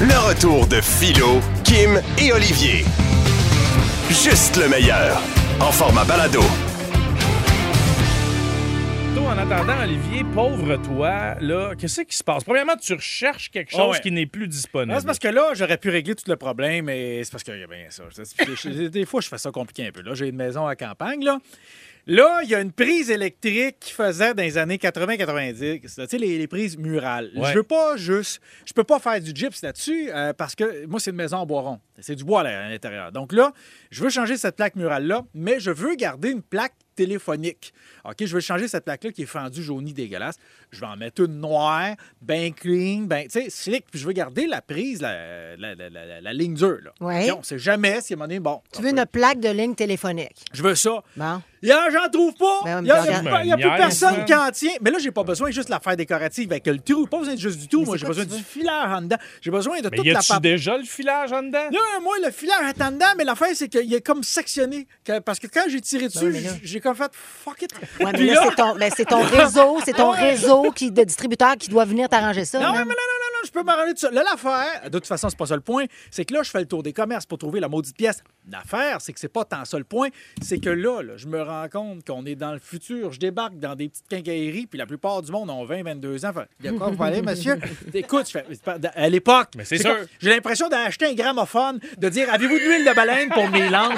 Le retour de Philo, Kim et Olivier. Juste le meilleur. En format balado. Toi, en attendant, Olivier, pauvre toi, là, qu'est-ce qui se passe? Premièrement, tu recherches quelque chose Ah ouais. qui n'est plus disponible. Non, c'est parce que là, j'aurais pu régler tout le problème, mais c'est parce que, eh bien, ça, je t'explique. Je- des fois, je fais ça compliqué un peu. Là, j'ai une maison à campagne, là. Là, il y a une prise électrique qui faisait dans les années 80-90, tu sais, les, les prises murales. Ouais. Je veux pas juste... Je peux pas faire du gyps là-dessus euh, parce que moi, c'est une maison en bois rond. C'est du bois là, à l'intérieur. Donc là, je veux changer cette plaque murale-là, mais je veux garder une plaque téléphonique. OK, je veux changer cette plaque-là qui est fendue, jaunie, dégueulasse. Je vais en mettre une noire, bien clean, bien, tu sais, slick. Puis je veux garder la prise, la, la- la- la- la ligne dure, là. Ouais. OK, on sait jamais si à un moment donné, bon. Tu veux une plaque de ligne téléphonique. Je veux ça. Bon. Il y a- J'en trouve pas. Ben, on Il y a, me parle. il y a plus Niaise, hein. personne qui en tient. Mais là, j'ai pas besoin juste de la faire décorative avec le trou. Pas besoin de juste du trou. Mais Moi, c'est j'ai quoi besoin que tu du filaire en dedans. J'ai besoin de Mais toute y la a-tu pape. déjà le filage en dedans? Là, moi, le filaire est en dedans, mais l'affaire, c'est qu'il est comme sectionné. Que- Parce que quand j'ai tiré dessus, oui, Ben, mais là- j- j'ai comme fait fuck it. Ouais, mais Puis là, là- c'est ton, mais c'est ton réseau, c'est ton réseau qui, de distributeurs qui doit venir t'arranger ça. Non, non? mais non, non, non, non, je peux m'arranger de ça. Là, l'affaire, de toute façon, c'est pas ça le point, c'est que là, je fais le tour des commerces pour trouver la maudite pièce. L'affaire, c'est que c'est pas tant ça le point, c'est que là, là, je me rends compte qu'on est dans le futur. Je débarque dans des petites quincailleries, puis la plupart du monde ont 20, 22 ans. Fait, de quoi vous parlez, monsieur? Écoute, je fais, à l'époque, Mais c'est c'est sûr. comme- j'ai l'impression d'acheter un gramophone, de dire avez-vous de l'huile de baleine pour mes lampes?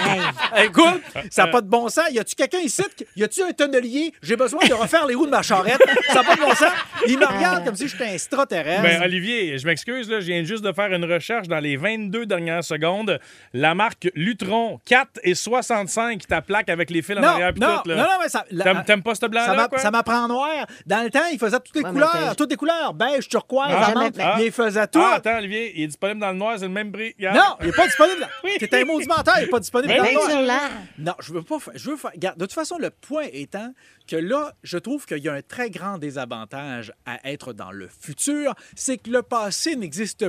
Écoute, ça n'a pas de bon sens. Y a-tu quelqu'un ici? qui- Y a-tu un tonnelier? J'ai besoin de refaire les roues de ma charrette. Ça n'a pas de bon sens. Il me regarde comme si j'étais un extraterrestre. Ben, Olivier, je m'excuse, là, je viens juste de faire une recherche dans les 22 dernières secondes. La marque Lutron 4 et 65, ta plaque avec les fils en non, arrière pis non, tout, là. non, non, mais ça. la- T'aimes- T'aimes pas ce ça blanc-là, m'a- quoi? ça m'apprend noir. Dans le temps, il faisait toutes les Ouais, mais couleurs, t'as- toutes les couleurs. Beige, turquoise, Ah, amande. jamais- Il les faisait toutes. Ah, attends, Olivier, il est disponible dans le noir, c'est le même prix. Regarde. non, il n'est pas disponible. Oui. Ben T'es un maudit menteur, il n'est pas disponible. Mais dans Bien le noir. sûr, là. Non, je veux pas. fa- Je veux faire. regarde, de toute façon, le point étant que là, je trouve qu'il y a un très grand désavantage à être dans le futur, c'est que le passé n'existe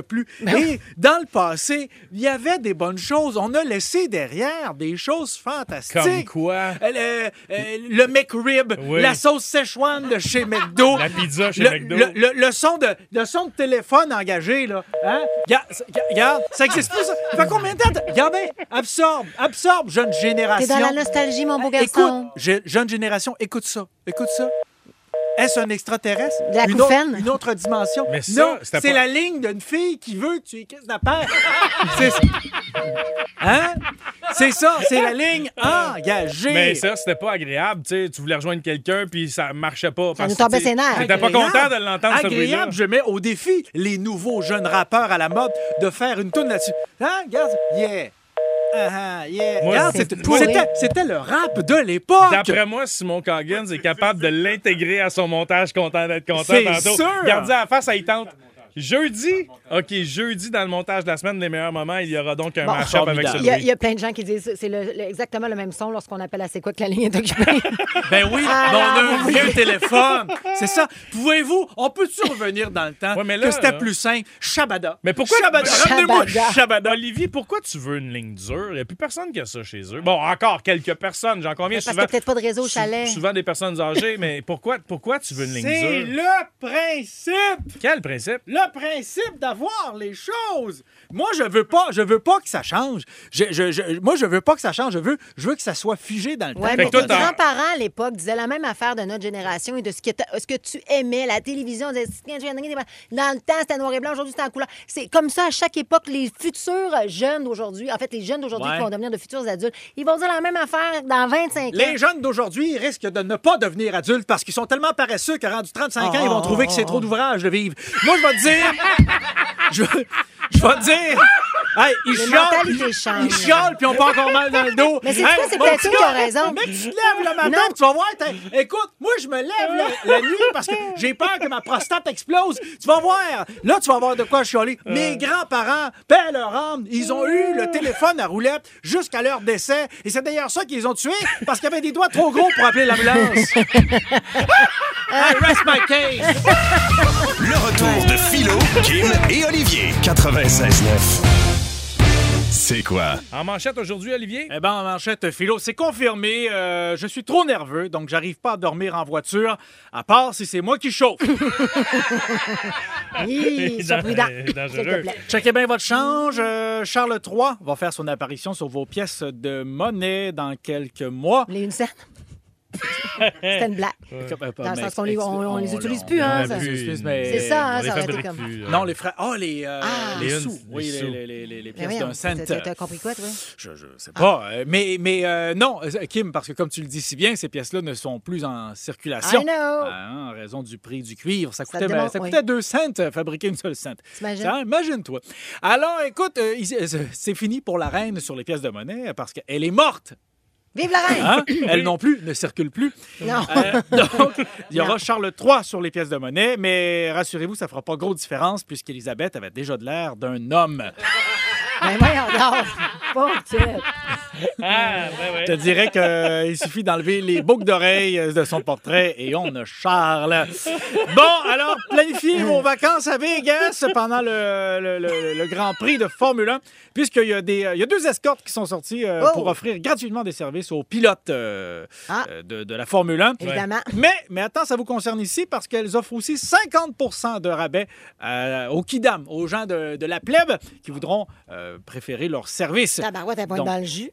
plus. Ben Et dans le passé, il y avait des bonnes choses. On a laissé derrière des choses fantastiques. Comme quoi? Euh, Le, euh, le McRib, Oui. la sauce Szechuan de chez McDo. La pizza chez le, McDo. Le, le- le son de, le son de téléphone engagé, là. Hein? Regarde, ça- regarde, ça existe plus, ça. Ça fait combien de temps? t'as- Regardez, absorbe, absorbe, jeune T'es génération. dans la nostalgie, mon beau Écoute, garçon. je- jeune génération, écoute ça. Écoute ça. Est-ce un extraterrestre? De la une, autre, couffaine? une autre dimension? Mais ça, non, c'était c'est pas- la ligne d'une fille qui veut que tu lui kisses la paire. c'est ça. Hein? C'est ça, c'est la ligne engagée. Mais ça, c'était pas agréable. tu sais. Tu voulais rejoindre quelqu'un, puis ça marchait pas. parce nous que, tombait tu sais, ses nerfs. T'étais pas Agréable. content de l'entendre, ce bruit-là. Agréable, je mets au défi les nouveaux jeunes rappeurs à la mode de faire une tune là-dessus. Hein? Regarde, yeah. Ah, ah, yeah. Moi, Regarde, c'est c'était- pourri. c'était- c'était le rap de l'époque. D'après moi, Simon Coggins est capable de l'intégrer à son montage content d'être content C'est tantôt. sûr! Gardez à la face, ça y tente. Jeudi, OK, jeudi dans le montage de la semaine, les meilleurs moments, il y aura donc un Bon, match-up avec ce formidable. Il y, a, il bruit. y a plein de gens qui disent c'est le- le- exactement le même son lorsqu'on appelle à c'est quoi que la ligne est occupée. Ben oui, Ah, mais on a un oui. vieux téléphone. C'est ça. Pouvez-vous, on peut-tu revenir dans le temps Ouais, mais là, que c'était là. plus simple? Shabada. Mais pourquoi- Shabada. Ramenez-moi Shabada. Shabada. Olivier, pourquoi tu veux une ligne dure? Il n'y a plus personne qui a ça chez eux. Bon, encore quelques personnes, j'en conviens Parce qu'il souvent. n'y a peut-être pas de réseau au sou- chalet. Souvent des personnes âgées, mais pourquoi, pourquoi tu veux une ligne C'est dure? le principe. Quel principe? Le principe d'avoir les choses. Moi, je veux pas, je veux pas que ça change. Je, je- je- moi, je veux pas que ça change. Je veux, je veux que ça soit figé dans le Ouais, temps. Fait mais que toi, tes t'as- grands-parents à l'époque disaient la même affaire de notre génération et de ce que, t'a- ce que tu aimais, la télévision. on disait, C'est une génération des- Dans le temps, c'était noir et blanc, aujourd'hui, c'est en couleur. C'est comme ça à chaque époque. Les futurs jeunes d'aujourd'hui, en fait, les jeunes d'aujourd'hui Ouais. qui vont devenir de futurs adultes, ils vont dire la même affaire dans 25 ans. Les jeunes d'aujourd'hui risquent de ne pas devenir adultes parce qu'ils sont tellement paresseux qu'à rendu 35 ans, ils vont trouver que c'est trop d'ouvrage de vivre. Moi, je vais te dire. je, je vais te dire. Hey, ils Les chiolent. mentalités ils- changent. Ils chiolent puis on pas encore mal dans le dos. Mais c'est-tu quoi, c'est mon peut-être petit eux qui ont gars, raison. Mais tu te lèves le matin Non. puis tu vas voir. t'es- Écoute, moi, je me lève la, la nuit parce que j'ai peur que ma prostate explose. Tu vas voir. Là, tu vas voir de quoi chioler. Euh. Mes grands-parents, paix à leur âme, ils ont eu le téléphone à roulette jusqu'à leur décès. Et c'est d'ailleurs ça qu'ils ont tué parce qu'ils avaient des doigts trop gros pour appeler l'ambulance. I rest my case. Le retour de Philo, Kim et Olivier. 96.9. c'est quoi? En manchette aujourd'hui, Olivier? Eh ben, en manchette, Philo, c'est confirmé. euh, je suis trop nerveux, donc j'arrive pas à dormir en voiture, à part si c'est moi qui chauffe. Oui, sois Dan- prudent. S'il dangereux. te plaît. Checkez bien votre change. Euh, Charles III va faire son apparition sur vos pièces de monnaie dans quelques mois. Les une scène. C'était une blague. euh, Dans le sens qu'on les- on- on les utilise plus, hein, ça. C'est ça, hein, ça aurait été comme- Non, les frais. Ah, les, euh, Ah. les Les sous. uns, Oui, les les, sous. les- les- les- les Mais pièces d'un voyons, cent. t'as- T'as compris quoi, toi? Je, je sais pas. euh, Mais, mais euh, non, euh, Kim, parce que comme tu le dis si bien, ces pièces-là ne sont plus en circulation. I know. Ah, hein, en raison du prix du cuivre. Ça Oh. Ça coûtait, te ben, démontre, ça oui. coûtait deux cents euh, fabriquer une seule cent. T'imagines? Ça, Imagine-toi. Alors, écoute, euh, ici, euh, c'est fini pour la reine sur les pièces de monnaie euh, parce qu'elle est morte. Vive la reine! Hein? Elle non plus ne circule plus. Non. Euh, donc, il y aura Charles III sur les pièces de monnaie, mais rassurez-vous, ça fera pas grosse différence puisqu'Élisabeth avait déjà de l'air d'un homme. Mais voyons, non. Pas utile. Ah, ben Je te ouais. dirais qu'il suffit d'enlever les boucles d'oreilles euh, de son portrait et on a Charles. Bon, alors, planifiez vos vacances à Vegas pendant le, le- le- le Grand Prix de Formule 1, puisqu'il y, a des- euh, il y a deux escortes qui sont sorties euh, Oh! pour offrir gratuitement des services aux pilotes euh, Ah. euh, de, de la Formule 1. Évidemment. Mais, mais attends, ça vous concerne ici parce qu'elles offrent aussi 50 de rabais euh, aux kidam, aux gens de, de la plèbe qui voudront euh, préférer leurs services. La barouette, elle pointe Donc- dans le jus.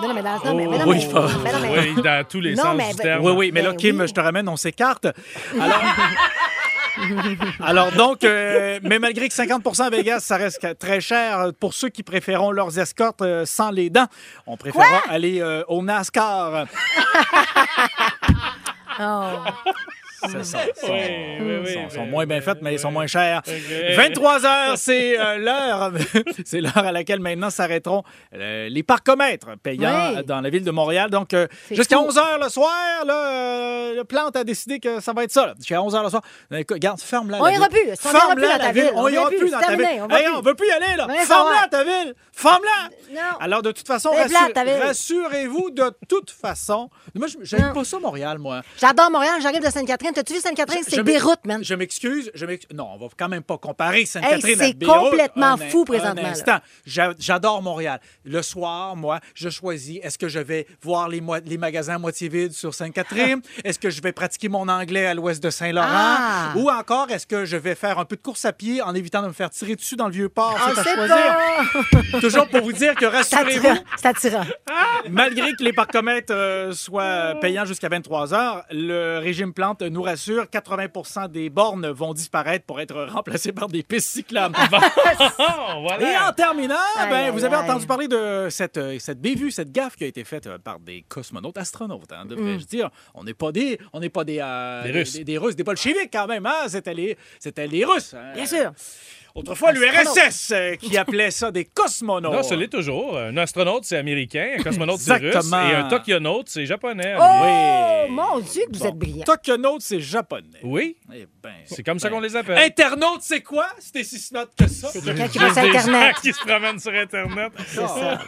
Non, non, mais dans ce- non, mais- Oh, mais non, oui, mais- je pense. mais non, mais- Oui, dans tous les Non, sens mais- du terme. Oui, oui, mais Ben là, Kim, oui. je te ramène, on s'écarte. Alors, Alors donc, euh, mais malgré que 50 à Vegas, ça reste ca- très cher euh, pour ceux qui préféreront leurs escortes euh, sans les dents. On préférera aller euh, au NASCAR. Oh. C'est ça. Ils sont, Oui, oui, oui, sont- sont ben, moins bien faites, mais ils sont moins chers. Ok. 23 heures, c'est euh, l'heure. c'est l'heure à laquelle maintenant s'arrêteront euh, les parcomètres payants Oui. dans la ville de Montréal. Donc, euh, C'est jusqu'à fou. 11 heures le soir, là, euh, le plante a décidé que ça va être ça. là. Jusqu'à 11 heures le soir. Mais écoute, Regarde, ferme-la. On la ira ville. plus, on ira Ferme-la, plus dans la ta ville. On On ira ira plus, plus dans c'est ta ville. terminé, on va Hey, plus. on veut plus y aller, là. On laisse Ferme-la, avoir. ta ville. Ferme-la. Non. Alors, de toute façon, C'est rassure- plate, ta ville. rassurez-vous, de toute façon. Moi, je- j'aime Non. pas ça, Montréal, moi. J'adore Montréal, j'arrive de Sainte-Catherine. T'as-tu vu Sainte-Catherine? Je C'est m'ex- Beyrouth, man. Je m'excuse, je m'excuse. Non, on va quand même pas comparer Hey, Sainte-Catherine à c'est Beyrouth. complètement Un in- fou présentement, Un là. instant. J'a- J'adore Montréal. Le soir, moi, je choisis est-ce que je vais voir les, mo- les magasins à moitié vides sur Sainte-Catherine? est-ce que je vais pratiquer mon anglais à l'ouest de Saint-Laurent? Ah! Ou encore, est-ce que je vais faire un peu de course à pied en évitant de me faire tirer dessus dans le vieux port? On C'est à sait choisir. pas. Toujours pour vous dire que C'est attirant. rassurez-vous, C'est attirant. Malgré que les parcomètres euh, Ah. soient payants jusqu'à 23 heures, le régime plante nous rassure 80 des bornes vont disparaître pour être remplacées par des pistes cyclables. Oh, Et en voilà. terminant, Aïe, ben, aïe, vous avez aïe. entendu parler de cette, euh, cette bévue, cette gaffe qui a été faite euh, par des cosmonautes, astronautes, hein, devrais-je Mm. dire. On n'est pas des, on n'est pas des, euh, Des Russes. des, des Russes, des bolcheviques quand même. Hein? C'était les, c'était les Russes. hein. Bien sûr. Autrefois, l'URSS euh, qui appelait ça des cosmonautes. Non, ce l'est toujours. Un astronaute, c'est américain. Un cosmonaute, c'est russe. Et Exactement. un tokyonaute, c'est japonais. Oh, Oui. mon Dieu, que vous Bon, êtes brillant. Tokonautes, c'est japonais. Oui, Eh ben, c'est comme ça ben. qu'on les appelle. Internaute, c'est quoi? C'était si snot que ça. Quelqu'un qui va sur Des Internet. gens qui se promènent sur Internet. C'est ça.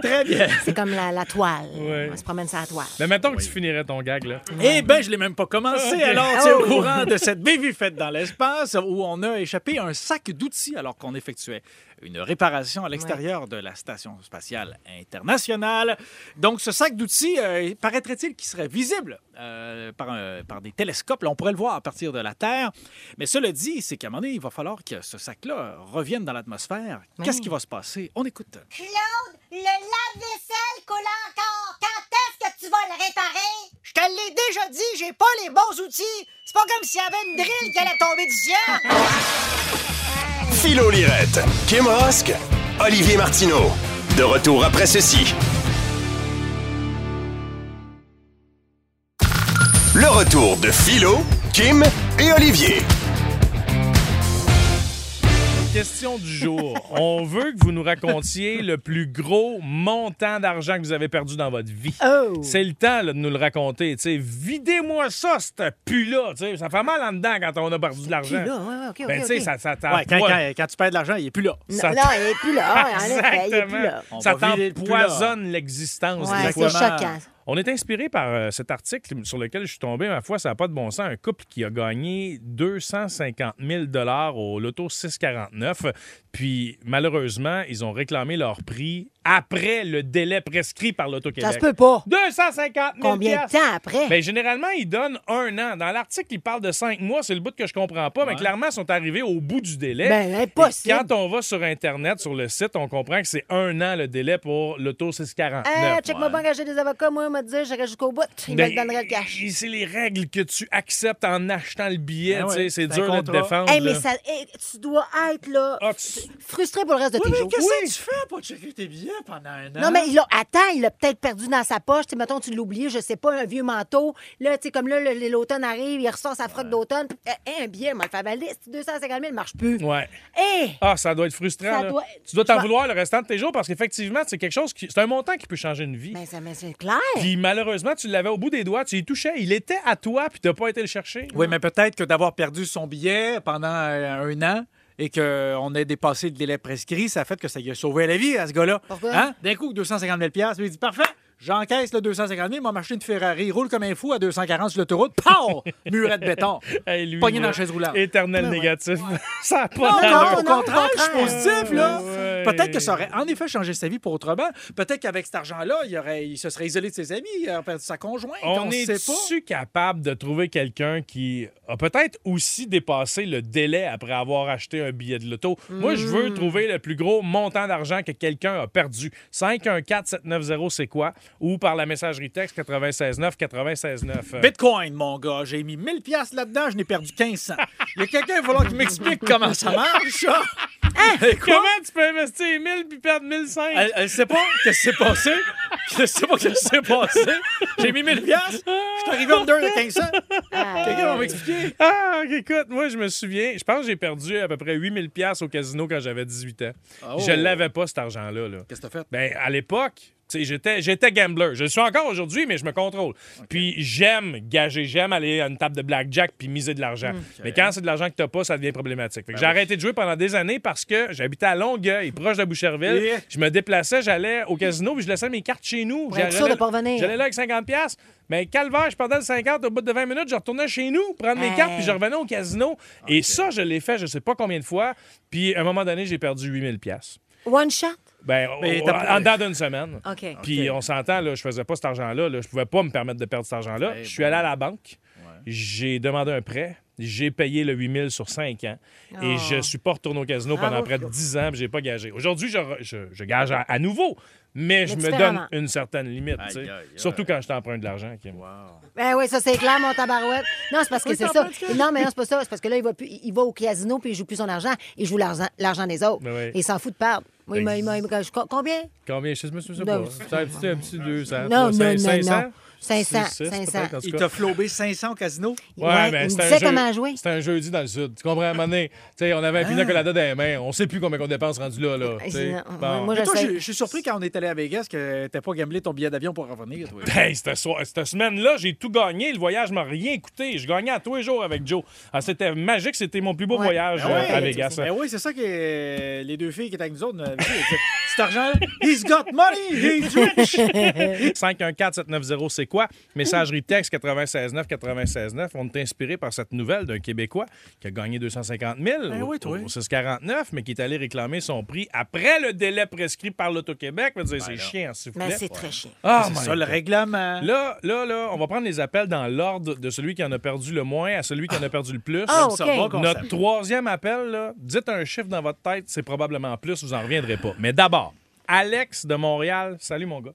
Très bien. C'est comme la, la toile. Ouais. On se promène sur la toile. Mais mettons que tu finirais ton gag, là. Eh ben, je l'ai même pas commencé. Alors, tu es au courant de cette bévue faite dans l'espace où on a échappé un sac d'outils alors qu'on effectuait une réparation à l'extérieur de la Station spatiale internationale. Donc, ce sac d'outils, euh, paraîtrait-il qu'il serait visible euh, par, un- par des télescopes. Là, on pourrait le voir à partir de la Terre. Mais cela dit, c'est qu'à un moment donné, il va falloir que ce sac-là revienne dans l'atmosphère. Qu'est-ce qui va se passer? On écoute. Claude, le lave-vaisselle coule encore. Quand est-ce que tu vas le réparer? Je te l'ai déjà dit, j'ai pas les bons outils. C'est pas comme s'il y avait une drille qui allait tomber du ciel. Philo Lirette, Kim Rosk, Olivier Martineau. De retour après ceci. Le retour de Philo, Kim et Olivier. Question du jour. On veut que vous nous racontiez le plus gros montant d'argent que vous avez perdu dans votre vie. Oh! C'est le temps là, de nous le raconter. tu sais. Videz-moi ça, ce pu-là. Ça fait mal en dedans quand on a perdu de l'argent. Puis là, ouais, ouais, hein? OK, Ben, OK, tu sais, OK. ça, ça Ah, Ouais, quand, t'empoigne. quand- quand tu perds de l'argent, il n'est plus là. Non, ça- non, il n'est plus là. En effet, ben, il n'est plus là. Exactement. On Ça va vider le plus t'empoisonne l'existence Ouais, des c'est fois. Exactement. choquant. On est inspiré par euh, cet article sur lequel je suis tombé. Ma foi, ça n'a pas de bon sens. Un couple qui a gagné 250 000 au loto 649. Puis, malheureusement, ils ont réclamé leur prix après le délai prescrit par l'Auto-Québec. Ça se peut pas. 250 000 Combien de temps après? ben, généralement, ils donnent un an. Dans l'article, ils parlent de cinq mois. C'est le bout que je comprends pas, mais clairement, ils sont arrivés au bout du délai. Ben, impossible. Et Quand on va sur Internet, sur le site, on comprend que c'est un an le délai pour l'auto 649. Ah, check moi bien j'ai des avocats, moi, me dire, j'irai jusqu'au bout. Ils me Ben, le donneraient le cash. et C'est les règles que tu acceptes en achetant le billet. Ah ouais, tu sais, c'est c'est un dur de te contrat. défendre. Hey, mais là. ça, hey, tu dois être là, Ah, tu- frustré pour le reste de Oui, tes mais jours. qu'est-ce que Oui. tu fais pour checker tes billets pendant un an? Non, Hein? mais il a, attends, il l'a peut-être perdu dans sa poche. Tu sais, mettons, tu l'as oublié, je sais pas, un vieux manteau. Là, tu sais, comme là, le- l'automne arrive, il ressort sa frotte d'automne. puis, euh, hey, un billet, moi, le faire valider, c'est 250 000, il marche plus. Eh! Ouais. Hey! Ah, ça doit être frustrant. Ça là. doit- Tu dois t'en je- vouloir le restant de tes jours parce qu'effectivement, c'est quelque chose qui. C'est un montant qui peut changer une vie. Mais ça, mais c'est clair. Puis malheureusement, tu l'avais au bout des doigts, tu y touchais, il était à toi, puis t'as pas été le chercher. Oui, mais peut-être que d'avoir perdu son billet pendant euh, un an et qu'on ait dépassé le délai prescrit, ça a fait que ça lui a sauvé la vie à ce gars-là. Pourquoi? Hein? D'un coup, 250 000 lui, il dit Parfait, j'encaisse le 250 000, il m'a acheté une Ferrari, il roule comme un fou à 240 sur l'autoroute, pow Muret de béton. Hey, lui, Pogné là, dans la chaise roulante. Ben Éternel négatif. ça a pas Non, d'allure. non, au non, contraire, je suis contraire. positif, là. Ouais. Peut-être que ça aurait en effet changé sa vie pour autrement. Peut-être qu'avec cet argent-là, il, aurait- il se serait isolé de ses amis, il aurait perdu sa conjointe. On On ne sait pas. est-tu capable de trouver quelqu'un qui a peut-être aussi dépassé le délai après avoir acheté un billet de loto? Moi, je Hmm. veux trouver le plus gros montant d'argent que quelqu'un a perdu. 514-790, c'est quoi? Ou par la messagerie texte 969 969. Euh. Bitcoin, mon gars, j'ai mis 1000 pièces là-dedans, je n'ai perdu 1500. Il y a quelqu'un il va falloir qui m'explique comment ça marche. ça. Et quoi? Comment tu peux investir 1000 puis perdre 1005? Elle, elle sait pas qu'est-ce qui s'est passé. Je sais pas qu'est-ce qui s'est passé. J'ai mis 1000 pièces, je suis arrivé en deux de 1500. Quelqu'un va m'expliquer. Ah, ok, écoute, moi, je me souviens, je pense que j'ai perdu à peu près 8000 pièces au casino quand j'avais 18 ans. Oh. Je l'avais pas, cet argent-là. là. Qu'est-ce que t'as fait? Ben, à l'époque, tu sais, j'étais, j'étais gambler. Je le suis encore aujourd'hui, mais je me contrôle. Puis j'aime gager, j'aime aller à une table de blackjack puis miser de l'argent. Hmm. Mais quand c'est de l'argent que t'as pas, ça devient problématique. Ben Fait que j'ai arrêté de jouer pendant des années parce que j'habitais à Longueuil, proche de Boucherville. Yeah. Je me déplaçais, j'allais au casino puis je laissais mes cartes chez nous. être J'allais sûr de là- pas revenir. J'allais là avec 50 pièces. Mais calvaire, je perdais le 50 au bout de 20 minutes, je retournais chez nous prendre mes Hey. cartes puis je revenais au casino. Et ça, je l'ai fait, je sais pas combien de fois. Puis à un moment donné, j'ai perdu 8000 pièces. One shot? Ben, Mais au- t'as- en dedans d'une semaine. OK. Puis on s'entend, là, je faisais pas cet argent-là. Là, je pouvais pas me permettre de perdre cet argent-là. Eh je ben. suis allé à la banque. J'ai demandé un prêt. J'ai payé le 8 000 sur 5 ans. Et Oh. je suis pas retourné au casino pendant Bravo. près de 10 ans. puis J'ai pas gagé. Aujourd'hui, je, re- je, je gage à, à nouveau. Mais je me donne différemment. une certaine limite. tu sais. Aïe, aïe, aïe. Surtout quand je t'emprunte de l'argent. Kim. Ben oui, ça c'est clair, mon tabarouette. Non, c'est parce que c'est ça. Non, mais non, c'est pas ça. C'est parce que là, il va, plus, il va au casino puis il joue plus son argent. Il joue l'argent l'argent des autres. Ben oui. Et il s'en fout de perdre. Moi, il m'a- il m'a- il m'a- je- Combien? Combien? Je sais- je me souviens Non, pas. C'était un petit, un petit 200. Non, non, 300, non, 500? non. 500, Six, six, 500. peut-être, en tout Il cas. t'a flobé 500 au casino. Ouais, mais il ben me c'est un disait jeu- comment jouer. Ah. C'est un jeudi dans le sud. Tu comprends, à un moment donné, tu sais, on avait un pina colada dans les mains. On sait plus combien on dépense rendu là. là tu sais. Non, Bon. moi, Mais toi, sais. je, je suis surpris quand on est allé à Vegas que t'as pas gamblé ton billet d'avion pour revenir. Toi. Hey, cette, so- cette semaine-là, j'ai tout gagné. Le voyage m'a rien coûté. Je gagnais à tous les jours avec Joe. Ah, c'était magique. C'était mon plus beau Ouais. voyage Ben euh, ouais, à Vegas. Ben oui, c'est ça que euh, les deux filles qui étaient avec nous autres euh, nous avaient dit. Elles disaient, Cet argent, he's got money, he's rich. 514-790, c'est quoi? Messagerie texte 969-969. On est inspiré par cette nouvelle d'un Québécois qui a gagné 250 000 Ben au, oui, toi. au 649, mais qui est allé réclamer son prix après le délai prescrit par l'Auto-Québec. Je veux dire, C'est chiant, s'il vous Mais plaît. Ben, c'est très chiant. Ah, Ben C'est my ça le règlement. Là, là, là, on va prendre les appels dans l'ordre de celui qui en a perdu le moins à celui qui en a perdu le plus. Ah, Ça OK. va, qu'on Notre s'appelle. troisième appel, là, dites un chiffre dans votre tête, c'est probablement plus, vous en reviendrez pas. Mais d'abord, Alex de Montréal, salut mon gars.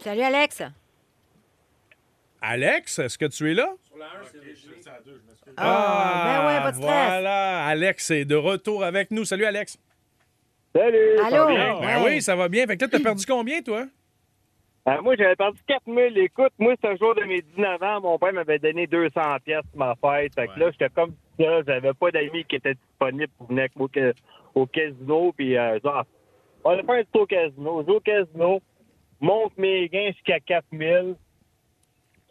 Salut, Alex. Alex, est-ce que tu es là? Ah, ben ouais, pas de stress. Voilà, Alex est de retour avec nous. Salut Alex. Salut! ça Allô? va bien? Ben Ouais. oui, ça va bien. Fait que là, t'as perdu combien, toi? Ah, moi, j'avais perdu 4000. Écoute, moi, ce jour de mes 19 ans, mon père m'avait donné 200 pièces pour ma fête. Fait que là, j'étais comme ça. J'avais pas d'amis qui étaient disponibles pour venir avec moi au ca- au casino. Puis, euh, genre, on a fait un tour au casino. Je vais au casino, monte mes gains jusqu'à 4000.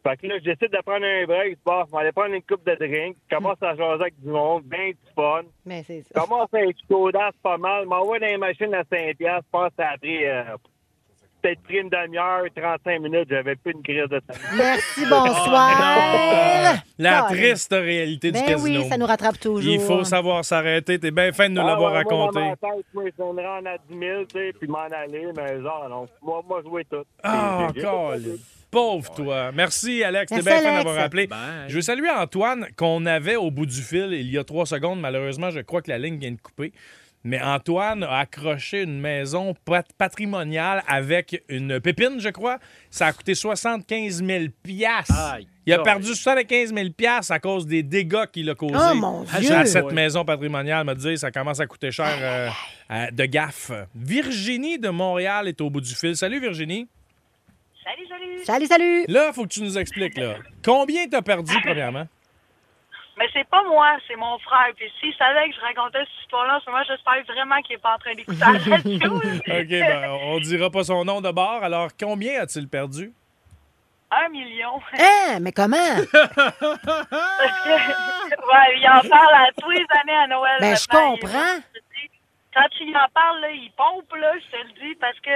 Fait que là, je décide de prendre un break. Bon, je vais aller prendre une coupe de drink. Je commence à jaser avec du monde. Bien du fun. Mais c'est ça. Comment ça explodasse pas mal? M'envoie dans les machines à 5 piastres, passe à la tri, euh, peut-être pris une demi-heure, 35 minutes, j'avais plus une crise de temps. Merci, bonsoir. Ah, La Euh, Colin. triste réalité du Ben casino. oui, ça nous rattrape toujours. Ben Il faut savoir s'arrêter. T'es bien fin de nous l'avoir Ah ouais, moi, raconté. dans ma tête, moi, je donnerais en à 10 000, tu sais, puis m'en aller, mais genre, non. Moi, moi, je jouais tout. Ah, J'ai- j'ai- Colin. Pauvre toi. Merci, Alex. T'es Merci, bien fin Alex. d'avoir appelé. Bye. Je veux saluer Antoine qu'on avait au bout du fil il y a trois secondes. Malheureusement, je crois que la ligne vient de couper. Mais Antoine a accroché une maison pat- patrimoniale avec une pépine, je crois. Ça a coûté 75 000 piastres. Aïe, Il a aïe. perdu 75 000 piastres à cause des dégâts qu'il a causés Oh, mon à Dieu. cette Ouais. maison patrimoniale. M'a dit, ça commence à coûter cher euh, euh, de gaffe. Virginie de Montréal est au bout du fil. Salut, Virginie. Salut, salut! Salut, salut. Là, faut que tu nous expliques. Là. Combien t'as perdu, premièrement? Mais c'est pas moi, c'est mon frère. Puis s'il savait que je racontais cette histoire-là, en ce moment, j'espère vraiment qu'il est pas en train d'écouter la radio. OK, ben, on dira pas son nom de bord. Alors, combien a-t-il perdu? Un million. Hein, mais comment? Parce que, ouais, il en parle à tous les années à Noël. Ben, je maintenant. comprends. Il- Quand il en parle, là, il pompe, là, je te le dis, parce que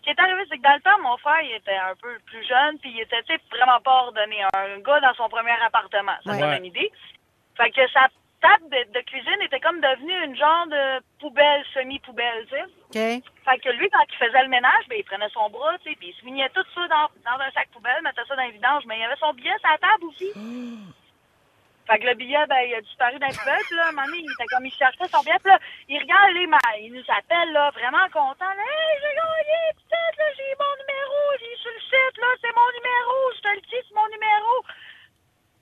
ce qui est arrivé, c'est que dans le temps, mon frère, il était un peu plus jeune, puis il était, tu sais, vraiment pas ordonné. Un gars dans son premier appartement, ça Ouais. donne une idée. Fait que sa table de, de cuisine était comme devenue une genre de poubelle, semi-poubelle, tu sais. OK. Fait que lui, quand il faisait le ménage, ben, il prenait son bras, tu sais, puis il se mignait tout ça dans, dans un sac poubelle, mettait ça dans les vidanges, mais il y avait son billet sur la table aussi. Fait que le billet, ben, il a disparu d'un poubelle, puis là, à un moment donné, il était comme, il cherchait son billet, puis là, il regarde les mains, il nous appelle, là, vraiment content, là, hey, j'ai gagné, putain, là, j'ai mon numéro, j'ai sur le site, là, c'est mon numéro, je te le dis, c'est mon numéro.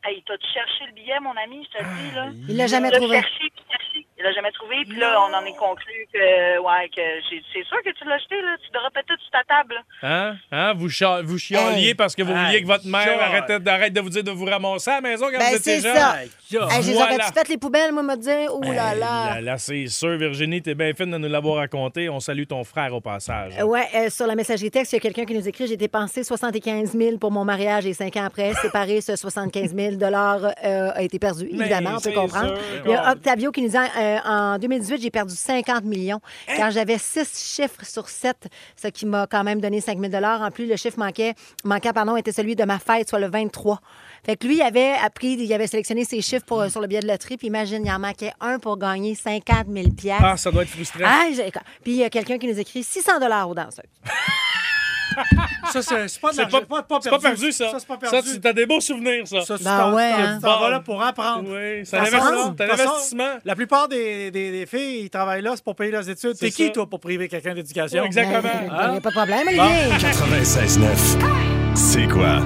Hey, il t'a cherché le billet, mon ami, je te le dis, là. Il l'a jamais Il l'a trouvé. cherché, puis cherché. Il l'a jamais trouvé. Puis là, on en est conclu que, ouais, que j'ai- c'est sûr que tu l'as jeté, là. Tu devrais péter sur ta table. là. Hein? Hein? Vous, chia- vous chialiez Hey. parce que vous vouliez que votre mère Aïe, arrêtait, arrête de vous dire de vous ramasser à la maison quand Ben, vous étiez c'est jeune. ça. Aïe, aïe. Hey, je les Voilà. aurais-tu faites les poubelles, moi, me dire? Oh là Hey, là. là, là, c'est sûr, Virginie, t'es bien fine de nous l'avoir raconté. On salue ton frère au passage. Euh, Ouais, euh, sur la messagerie texte, il y a quelqu'un qui nous écrit J'ai dépensé 75 000 pour mon mariage et cinq ans après, séparé, ce 75 000 euh, a été perdu. Mais Évidemment, on peut c'est comprendre. sûr. Il y a Octavio qui nous dit euh, En 2018, j'ai perdu 50 millions Hein? quand j'avais six chiffres sur sept, ce qui m'a quand même donné 5 000 En plus, le chiffre manquait, manquant pardon, était celui de ma fête, soit le 23. Fait que lui, il avait appris, il avait sélectionné ses chiffres pour, euh, sur le billet de loterie, puis imagine, il en manquait un pour gagner 50 000 Ah, ça doit être frustrant. ah, j'ai- Puis il y a quelqu'un qui nous écrit 600 dollars aux danseuses. Ça, c'est c'est pas de c'est l'argent- pas, c'est pas perdu, Ça, c'est pas Ça, perdu. tu- t'as des beaux souvenirs, ça. Ça, tu Ben t'en- ouais, t'en- hein. tu t'en vas là pour apprendre. oui, c'est Ça un T'as sort, investi- c'est un ça sort. investissement. La plupart des, des, des filles, ils travaillent là, c'est pour payer leurs études. C'est T'es qui, ça. toi, pour priver quelqu'un d'éducation? Ah, Ouais, exactement. Ben, Hein? Il n'y a pas de problème, Olivier. 96.9. C'est quoi?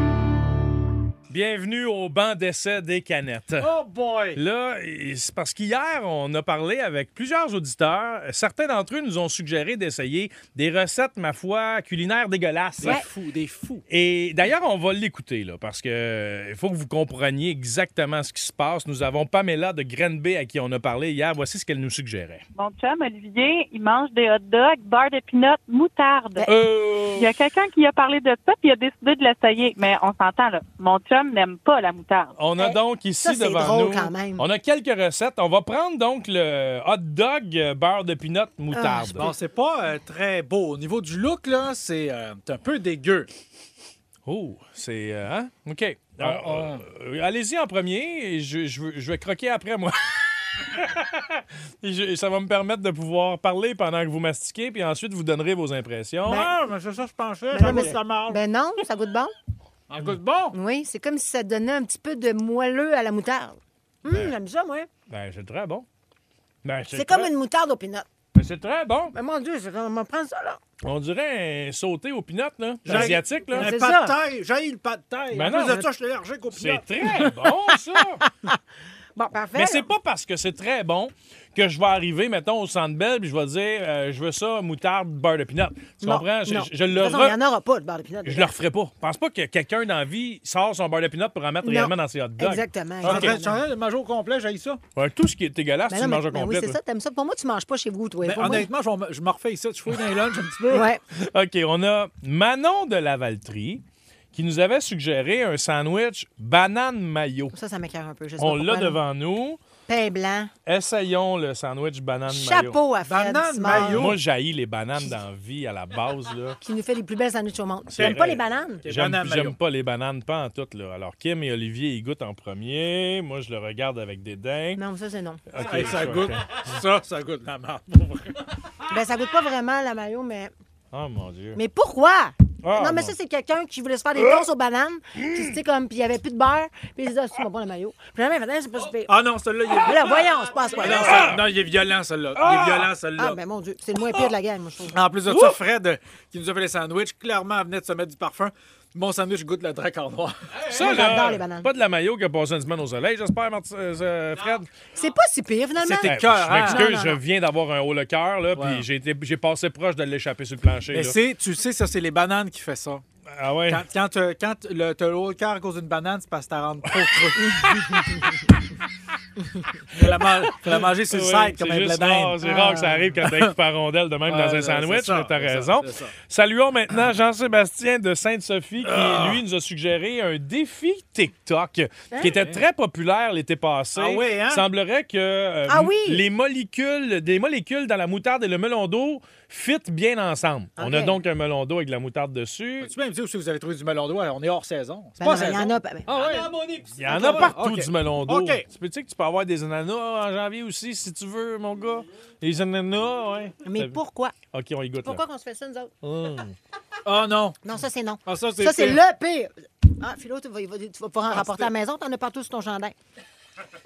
Bienvenue au banc d'essai des canettes. Oh boy! Là, et c'est parce qu'hier, on a parlé avec plusieurs auditeurs. Certains d'entre eux nous ont suggéré d'essayer des recettes, ma foi, culinaires dégueulasses. Des fous, des fous. Et d'ailleurs, on va l'écouter, là, parce que euh, il faut que vous compreniez exactement ce qui se passe. Nous avons Pamela de Grenby à qui on a parlé hier. Voici ce qu'elle nous suggérait. Mon chum, Olivier, il mange des hot dogs, beurre de peanut, moutarde. Euh, Il y a quelqu'un qui a parlé de ça puis il a décidé de l'essayer. Mais on s'entend, là. Mon chum n'aime pas la moutarde. On a Hey, donc ici ça, c'est devant drôle nous, quand même. on a quelques recettes. On va prendre donc le hot dog euh, beurre de peanut Ah, je moutarde. peux- Bon, c'est pas euh, très beau. Au niveau du look, là, c'est euh, c'est un peu dégueu. oh, c'est euh, hein? Ok. Euh, euh, euh, Allez-y en premier. et Je, je veux- je vais croquer après moi. Et je- ça va me permettre de pouvoir parler pendant que vous mastiquez, puis ensuite vous donnerez vos impressions. Ben, Ah, mais c'est ça, je pensais. Ben ça non, mais goûte la marde. Ben non, ça goûte bon. Ça goûte bon. Oui, c'est comme si ça donnait un petit peu de moelleux à la moutarde. Hum, j'aime ça, moi. Ben, c'est très bon. Ben, C'est très- comme une moutarde au pinot. ben, c'est très bon. Mais mon Dieu, je vais m'en prendre ça, là. On dirait un sauté aux peanuts, là. J'ai- Asiatique, là. Ben, Mais c'est pas de ça. taille. J'ai le pas de taille. Ben En non, plus mais- de ça, je suis allergique au C'est pilote. très bon, ça! Ben Bon, parfait. Mais c'est pas parce que c'est très bon que je vais arriver, mettons, au Centre Bell puis je vais dire euh, je veux ça, moutarde, beurre de peanut. Tu Non, comprends? Je, non. je- je De le toute façon, Il re- n'y en aura pas de beurre de pinot. je le referai pas. Je pense pas que quelqu'un dans la vie sort son beurre de peanut pour en mettre Non. réellement dans ses hot dogs. Exactement. Ok. Je exactement. suis en train de manger au complet, j'ai ça. Ouais, tout ce qui est dégueulasse, Ben tu non, le mais- manges au ben complet. oui, c'est ça. T'aimes ça. Pour moi, tu manges pas chez vous, toi. Ben, Pour moi- honnêtement, je vais me- je me refais ça. Je fouille dans les lunchs un petit peu. Ouais. toi. OK, on a Manon de la Valtrie qui nous avait suggéré un sandwich banane mayo. Ça, ça m'écœure un peu. je sais On pas l'a pourquoi, là. devant nous. Pain blanc. Essayons le sandwich banane mayo. Chapeau à Fred Banane Simard, mayo. Moi, j'haïs les bananes dans la vie à la base. là. Qui nous fait les plus belles sandwichs au monde. C'est J'aime pas vrai. les bananes. Les J'aime bananes mayo. j'aime pas les bananes, pas en tout. Là. Alors, Kim et Olivier, ils goûtent en premier. Moi, je le regarde avec dédain. Non, ça, c'est non. OK, Hey, ça je- goûte. OK. Ça, ça goûte la marde. pour vrai. Ben, ça goûte pas vraiment la mayo, mais. Oh, mon Dieu. Mais pourquoi? Ah, non, mais mon- ça, c'est quelqu'un qui voulait se faire des toasts aux bananes. Ah! Puis, tu sais, comme, puis il n'y avait plus de beurre. Puis, il disait, ah, c'est pas bon, le maillot. Puis, là, maintenant, c'est pas super. Ah non, celui-là, il est Mais là, voyons, c'est pas à ce violent. point-là. ça- Non, il est violent, celui-là. Il est violent, celui-là. Ah, ben, mon Dieu. C'est le moins pire de la gang, moi, je trouve. En plus de ça, Fred, euh, qui nous a fait les sandwichs, clairement, elle venait de se mettre du parfum. Mon sandwich goûte le dracard noir. Ça, J'adore là, les bananes. pas de la maillot qui a passé une semaine au soleil, j'espère, Marti- euh, euh, Fred. C'est pas si pire, finalement. C'était Eh, cœur, je hein? m'excuse, Non, non, je non. viens d'avoir un haut le cœur, là, Ouais. puis j'ai été- j'ai passé proche de l'échapper sur le plancher. Mais là. c'est, tu sais, ça, c'est les bananes qui fait ça. Ah ouais? Quand, quand, euh, quand le, t'as le haut le cœur à cause d'une banane, c'est parce que t'as rendu trop creux. Faut la, man- faut la manger sur le Oui, side comme c'est un blé juste rare, d'Inde. C'est rare que ça arrive quand t'as une par rondelle de même Ouais, dans un c'est sandwich, ça, mais t'as c'est ça, raison. c'est ça. Saluons maintenant Jean-Sébastien de Sainte-Sophie qui, lui, nous a suggéré un défi TikTok qui était très populaire l'été passé. Hein? Ah oui, hein? Semblerait que euh, Ah oui? les molécules, des molécules dans la moutarde et le melon d'eau fit bien ensemble. On a Ok. donc un melon d'eau avec de la moutarde dessus. Ah, Tu peux même dire si vous avez trouvé du melon d'eau, on est hors saison. C'est Ben pas non, il y saison. en a. ben, ben, Ah ouais. Il y en a partout Ok. du melon d'eau. Ok. Tu peux tu sais que tu peux avoir des ananas en janvier aussi, si tu veux, mon gars. Les ananas, ouais. Mais Ça- pourquoi? OK, on y goûte. là. Pourquoi qu'on se fait ça, nous autres? Hum. Ah non. Non, ça, c'est non. Ah, ça, c'est Ça, c'est pire. Ah, le pire. Ah, Philo, tu vas, il va- tu vas pouvoir en rapporter à la maison. T'en as partout sur ton chandail.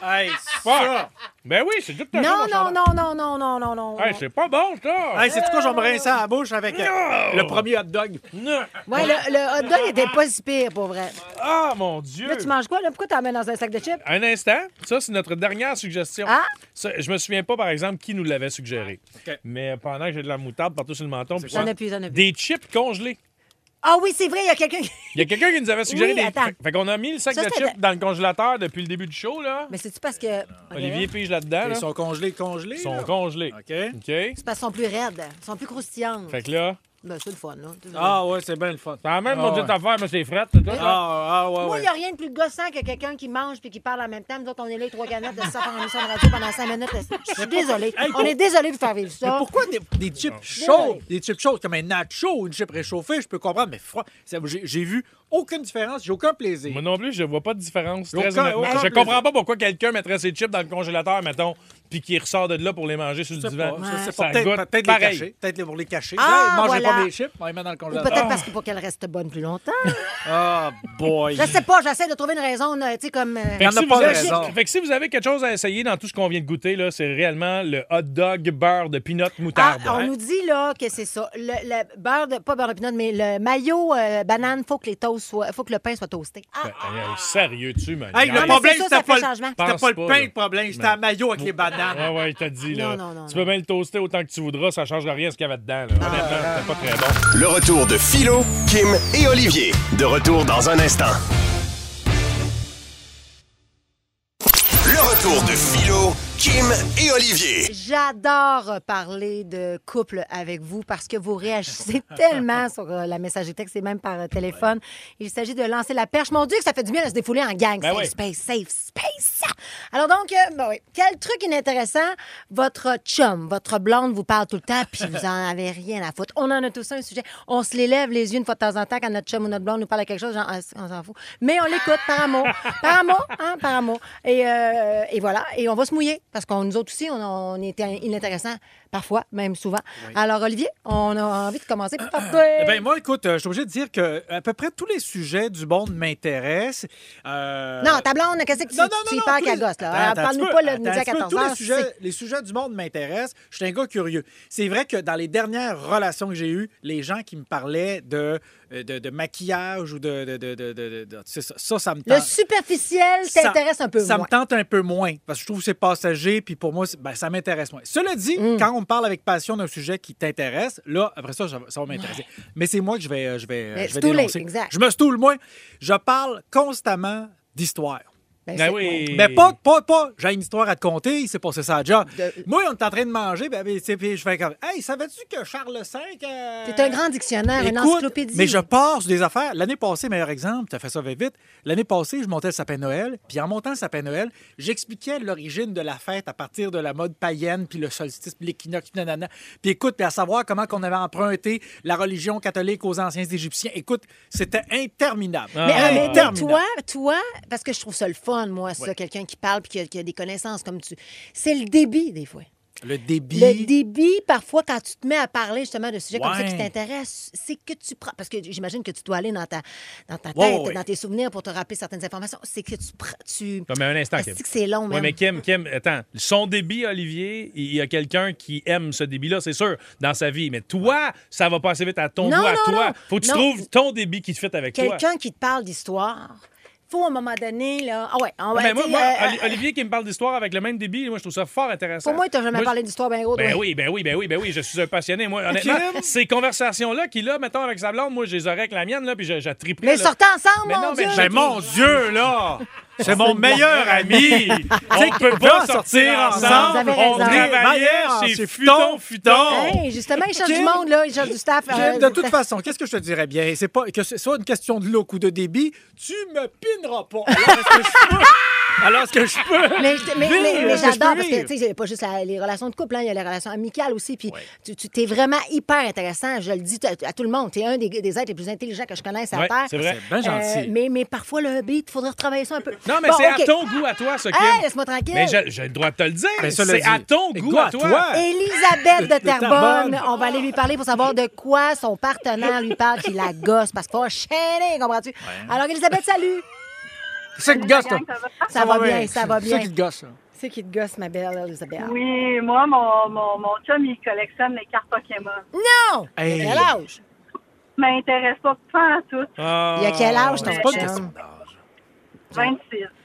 Hey, Fuck! Ben oui, c'est tout à fait Non, mon non, chandail. non, non, non, non, non, non. Hey, c'est pas bon, ça! Hey, c'est quoi, je vais me rincer à la bouche avec euh, le premier hot dog. Non. Ouais, le, le hot dog était pas si pire, pour vrai. Ah, mon Dieu! Là, tu manges quoi? Là? Pourquoi t'emmènes dans un sac de chips? Un instant, ça, c'est notre dernière suggestion. Ah! Ça, je me souviens pas, par exemple, qui nous l'avait suggéré. Ah, OK. Mais pendant que j'ai de la moutarde partout sur le menton, puis J'en ça- ai plus, j'en ai plus. des chips congelés. Ah oui, c'est vrai, il y a quelqu'un qui... Il y a quelqu'un qui nous avait suggéré Oui, des. attends. Fait- Fait qu'on a mis le sac Ça, de c'était- chips dans le congélateur depuis le début du show, là. Mais c'est-tu parce que... Olivier pige là-dedans. Ils là. sont congelés, congelés. Ils sont là. congelés. OK. OK? C'est parce qu'ils sont plus raides, ils sont plus croustillants. Fait que là, Ben, c'est le fun, là. C'est vrai. Ah ouais, c'est bien le fun. c'est la même Ah mon ouais. dieu affaire, mais c'est frette, c'est tout. là. Ah, ah ouais, Moi, il ouais. n'y a rien de plus gossant que quelqu'un qui mange puis qui parle en même temps. Nous autres, on est là, les trois canettes, de ça, faire une émission de radio pendant cinq minutes. Je suis désolée. On est désolé de faire vivre Mais ça. pourquoi des, des chips chaudes? Des chips chaudes comme un nacho ou une chip réchauffée, je peux comprendre, mais froid. ça- J'ai j'ai vu aucune différence, j'ai aucun plaisir. Moi non plus, je vois pas de différence. Aucun- Très honnêtement. aucun je plaisir. comprends pas pourquoi quelqu'un mettrait ses chips dans le congélateur, mettons, puis qu'il ressort de là pour les manger sur le Je sais pas, divan. je Ça sais pas. Peut-être goûte peut-être les pareil. cacher. Peut-être les- pour les cacher. Ah, Hey, mangez pas voilà. mes chips, on les met dans le Ou congélateur. peut-être parce que pour qu'elle reste bonne plus longtemps. Ah, boy. Je sais pas, j'essaie de trouver une raison, euh, tu sais, comme. euh, Fait que, Il y en si a pas vous de avez- raison. fait que si vous avez quelque chose à essayer dans tout ce qu'on vient de goûter, là, c'est réellement le hot dog beurre de peanut Ah, moutarde. on Hein? nous dit là que c'est ça. Le, le beurre de. Pas beurre de pinot, mais le maillot euh, banane, faut que les toasts soient. faut que le pain soit toasté. Ah, Ben, euh, sérieux, tu, man. Hey, Non, le mais problème, c'est ça, c'était ça pas, fait le- changement. c'était pas Pense le pas, pain, là. le problème. C'était un maillot avec les bananes. Ouais, ouais, il t'a dit, là. Non, non, Ah. non, tu peux bien le toaster autant que tu voudras, ça changera rien ce qu'il y avait dedans, là. Honnêtement, c'était pas très bon. Ah. Le retour de Philo, Kim et Olivier. De retour dans un instant. Le retour de Philo, Kim et Olivier. J'adore parler de couple avec vous parce que vous réagissez tellement sur euh, la messagerie texte et même par euh, téléphone. Il s'agit de lancer la perche. Mon Dieu, que ça fait du bien de se défouler en gang. Ben safe oui. space, safe space. Alors donc, euh, ben oui. quel truc inintéressant, votre chum, votre blonde vous parle tout le temps puis vous en avez rien à foutre. On en a tous un sujet. On se les lève les yeux une fois de temps en temps quand notre chum ou notre blonde nous parle de quelque chose, genre, ah, on s'en fout. Mais on l'écoute par amour. Par amour, hein, par amour. Et, euh, et voilà. Et on va se mouiller parce qu'on nous autres aussi, on, on est inintéressants parfois, même souvent. Alors, Olivier, on a envie de commencer par toi. Eh Ben moi, écoute, euh, je suis obligé de dire que à peu près tous les sujets du monde m'intéressent. Euh, Non, ta blonde, qu'est-ce que tu, Non, non, tu y non, non, parles tous qu'à les- gosse, là? Attends, Alors, attends, Parle-nous tu pas peux- là, de midi attends, à tu peux, 14 tous les heures. sujets- c'est- Les sujets du monde m'intéressent. Je suis un gars curieux. C'est vrai que dans les dernières relations que j'ai eues, les gens qui me parlaient de, euh, de, de maquillage ou de... de, de, de, de- de- de- c'est ça, ça, ça me Le tente. superficiel ça- t'intéresse un peu Ça moins. me tente un peu moins parce que je trouve que c'est passager puis pour moi c'est- ben, ça m'intéresse moins. Cela dit, Mm. quand on me parle avec passion d'un sujet qui t'intéresse, là après ça ça va- ça va m'intéresser. Mais c'est moi que je vais euh, je vais euh, Ah. Mais je vais stouler, dénoncer. exact. Je me stoule moins. Je parle constamment d'histoire. Ben, Ah c'est- oui. ouais. Mais pas, pas, pas. J'ai une histoire à te conter, il s'est passé ça déjà. De- Moi, on est en train de manger, ben, ben, tu sais, puis je fais comme. Hey, savais-tu que Charles V. euh, T'es un grand dictionnaire, une Écoute, encyclopédie. Mais je pars sur des affaires. L'année passée, meilleur exemple, tu as fait ça vite, vite. L'année passée, je montais le sapin de Noël. Puis en montant le sapin de Noël, j'expliquais l'origine de la fête à partir de la mode païenne, puis le solstice, puis l'équinoxe, puis nanana. Puis écoute, puis à savoir comment qu'on avait emprunté la religion catholique aux anciens Égyptiens. Écoute, c'était interminable. Ah. Mais, Ah, mais Interminable. toi, toi, parce que je trouve ça le fun, moi, ça, quelqu'un qui parle puis qui a, qui a des connaissances comme tu. C'est le débit, des fois. Le débit. Le débit, parfois, quand tu te mets à parler justement de sujets comme ça Ouais. qui t'intéressent, c'est que tu prends. Parce que j'imagine que tu dois aller dans ta, dans ta tête, Ouais, ouais, ouais. dans tes souvenirs pour te rappeler certaines informations. C'est que tu. prends- tu... Comme un instant, Kim. Est-ce Ah, que c'est long, Oui, même? mais Kim, Kim, attends. Son débit, Olivier, il y a quelqu'un qui aime ce débit-là, c'est sûr, dans sa vie. Mais toi, ça va passer vite à ton Non, goût, à non, toi. non. Faut que tu Non. trouves ton débit qui te fit avec toi. Quelqu'un qui te parle d'histoire, faut à un moment donné, là. Ah ouais, ah Ah, ouais. ben, moi, tu sais, moi, euh, Oli- Olivier qui me parle d'histoire avec le même débit, moi, je trouve ça fort intéressant. Pour moi, t'as jamais Moi, parlé d'histoire bien gros. Ben toi. oui, ben oui, ben oui, ben oui, je suis un passionné. Moi, honnêtement, Kim? ces conversations-là qu'il a, mettons, avec sa blonde, moi, je les aurais avec la mienne, là, puis je, je triperais, Mais là. sortez ensemble, Mais Oh mon non, mais Dieu! j'ai- Mais mon Dieu, là! C'est mon meilleur ami! On peut pas sortir Vous ensemble! avez On raison. travaillait Meilleur, chez c'est Futon Futon. Futon. Hey, justement, il cherche du Kim- monde, là. Il cherche du staff. euh, Kim, de du toute staff. façon, qu'est-ce que je te dirais bien? C'est pas que ce soit une question de look ou de débit, tu me pineras pas. Alors ce que je peux, alors ce que je peux, Mais, mais- Vivre mais- mais ce que j'adore je peux parce que, vivre. tu sais, il y a pas juste la- les relations de couple, hein, il y a les relations amicales aussi. Puis tu, tu- t'es vraiment hyper intéressant, je le dis t- à tout le monde. T'es un des, des êtres les plus intelligents que je connaisse à Ouais, Terre. c'est vrai. C'est bien gentil. Euh, mais, mais parfois, le beat, il faudrait retravailler ça un peu. Non, mais Bon, c'est OK. à ton goût, à toi, ce Kim. Hey, laisse-moi tranquille. Mais j'ai- j'ai le droit de te le dire. Mais ça, C'est le à dit. ton goût, à toi. Elisabeth de Terrebonne, Terrebonne. on va aller lui parler pour savoir de quoi son partenaire lui parle qui la gosse parce qu'il faut chaîner, comprends-tu? Alors, Elisabeth, salut! C'est une gosse, toi. Ah Ça, va, bien, ça va bien. C'est qui te gosse, là. C'est qui te gosse, ma belle Elisabeth? Oui, moi, mon, mon, mon chum, il collectionne les cartes Pokémon. Non! Hey. Il a quel âge? M'intéresse pas pas à tout. Ah. Il a quel âge, ton C'est pas une chum? question d'âge. 26.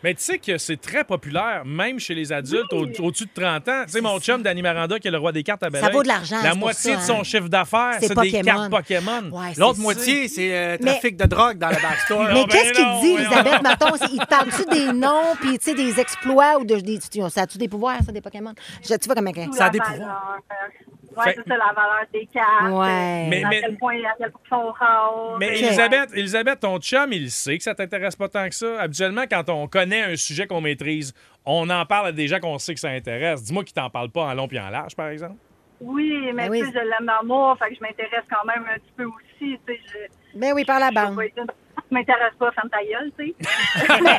Mais tu sais que c'est très populaire, même chez les adultes au- au-dessus de 30 ans. Tu sais, mon chum d'Annie Miranda, qui est le roi des cartes à Belleuil, vaut de l'argent, c'est La pour moitié ça, de son hein. chiffre d'affaires, C'est c'est des Pokémon. cartes Pokémon. Ouais, c'est L'autre ça. moitié, c'est euh, Mais- trafic de drogue dans la backstore. Mais ben qu'est-ce qu'il non, dit, voyons. Elisabeth, Maton? Il te parle-tu des noms, puis tu sais, des exploits ou de, des, tu- ça a-tu des pouvoirs, ça, des Pokémon? Je, tu vois comment... Ça a La des valeur. pouvoirs. Ouais, Fait- c'est ça, la valeur des cartes. Ouais. Mais- à quel point, à quel point ils sont rares. Mais Euh, Elisabeth, Elisabeth, ton chum, il sait que ça t'intéresse pas tant que ça. Habituellement, quand on connaît un sujet qu'on maîtrise, on en parle à des gens qu'on sait que ça intéresse. Dis-moi qu'ils t'en parlent pas en long puis en large, par exemple. Oui, mais Ben oui. tu sais, je l'aime d'amour, fait que je m'intéresse quand même un petit peu aussi, tu sais, je... Ben oui, par la je bande. vais dire, Tu m'intéresses pas, ferme ta gueule, tu sais.